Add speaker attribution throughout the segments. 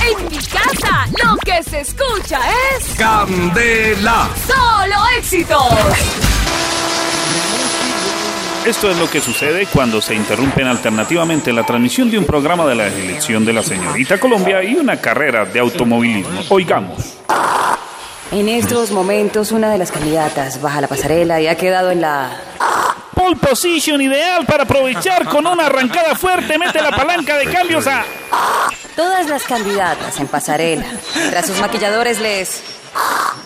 Speaker 1: En mi casa, lo que se escucha es.
Speaker 2: Candela.
Speaker 1: ¡Solo éxitos!
Speaker 3: Esto es lo que sucede cuando se interrumpen alternativamente la transmisión de un programa de la elección de la señorita Colombia y una carrera de automovilismo. Oigamos.
Speaker 4: En estos momentos, una de las candidatas baja la pasarela y ha quedado en la.
Speaker 3: Pole position ideal para aprovechar con una arrancada fuerte. Mete la palanca de cambios a.
Speaker 4: Todas las candidatas en pasarela. Tras sus maquilladores les.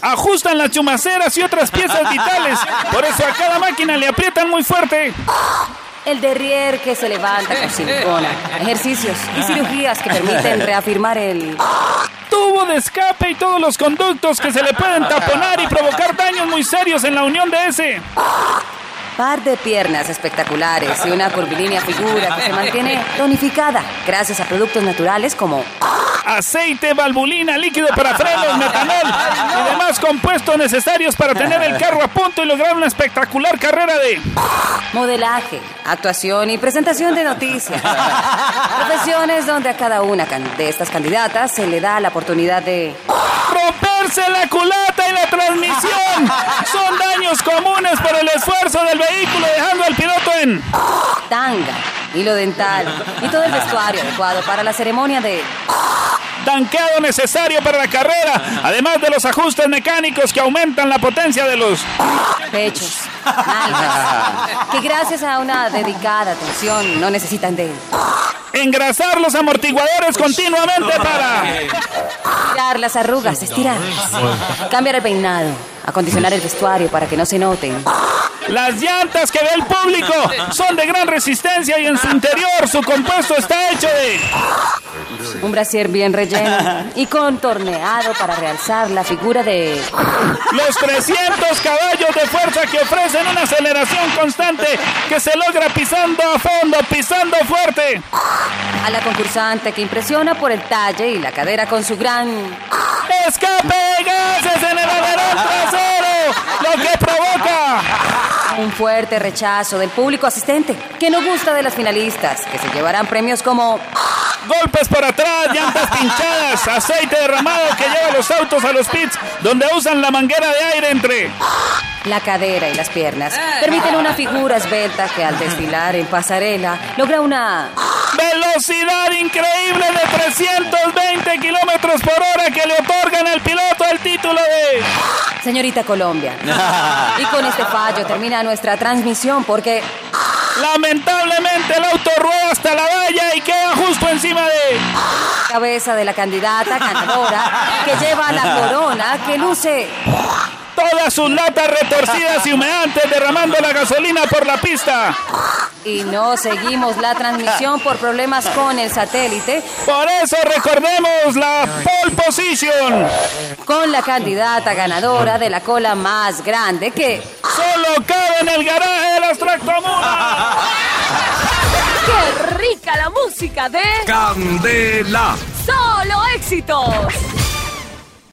Speaker 3: Ajustan las chumaceras y otras piezas vitales. Por eso a cada máquina le aprietan muy fuerte.
Speaker 4: El derrier que se levanta con silicona. Ejercicios y cirugías que permiten reafirmar el.
Speaker 3: Tubo de escape y todos los conductos que se le pueden taponar y provocar daños muy serios en la unión de ese.
Speaker 4: Par de piernas espectaculares y una curvilínea figura que se mantiene tonificada gracias a productos naturales como
Speaker 3: aceite, valvulina, líquido para frenos, metanol y demás compuestos necesarios para tener el carro a punto y lograr una espectacular carrera de
Speaker 4: modelaje, actuación y presentación de noticias. Profesiones donde a cada una can- de estas candidatas se le da la oportunidad de
Speaker 3: romperse la culata y la transmisión. Son daños comunes por el esfuerzo del vehículo dejando al piloto en
Speaker 4: tanga, hilo dental y todo el vestuario adecuado para la ceremonia de
Speaker 3: tanqueado necesario para la carrera, además de los ajustes mecánicos que aumentan la potencia de los
Speaker 4: pechos, nalgas, que gracias a una dedicada atención no necesitan de
Speaker 3: engrasar los amortiguadores continuamente para
Speaker 4: Tirar las arrugas, estirarlas. Cambiar el peinado, acondicionar el vestuario para que no se noten.
Speaker 3: Las llantas que ve el público son de gran resistencia y en su interior su compuesto está hecho de
Speaker 4: Un brasier bien relleno y contorneado para realzar la figura de...
Speaker 3: los 300 caballos de fuerza que ofrecen una aceleración constante que se logra pisando a fondo, pisando fuerte.
Speaker 4: A la concursante que impresiona por el talle y la cadera con su gran...
Speaker 3: Escape de gases en el alerón trasero, lo que provoca
Speaker 4: Un fuerte rechazo del público asistente, que no gusta de las finalistas, que se llevarán premios como...
Speaker 3: golpes por atrás, llantas pinchadas, aceite derramado que lleva los autos a los pits donde usan la manguera de aire entre
Speaker 4: La cadera y las piernas permiten una figura esbelta que al desfilar en pasarela logra una...
Speaker 3: Velocidad increíble de 320 kilómetros por hora que le otorgan al piloto el título de.
Speaker 4: Señorita Colombia. Y con este fallo termina nuestra transmisión porque
Speaker 3: Lamentablemente el auto rueda hasta la valla y queda justo encima de.
Speaker 4: cabeza de la candidata ganadora que lleva la corona que luce
Speaker 3: Todas sus latas retorcidas y humeantes derramando la gasolina por la pista.
Speaker 4: y no seguimos la transmisión por problemas con el satélite
Speaker 3: Por eso recordemos la pole position.
Speaker 4: con la candidata ganadora de la cola más grande que
Speaker 3: Solo cabe en el garaje de las tractomulas.
Speaker 1: ¡Qué rica la música de
Speaker 2: Candela.
Speaker 1: Solo éxitos!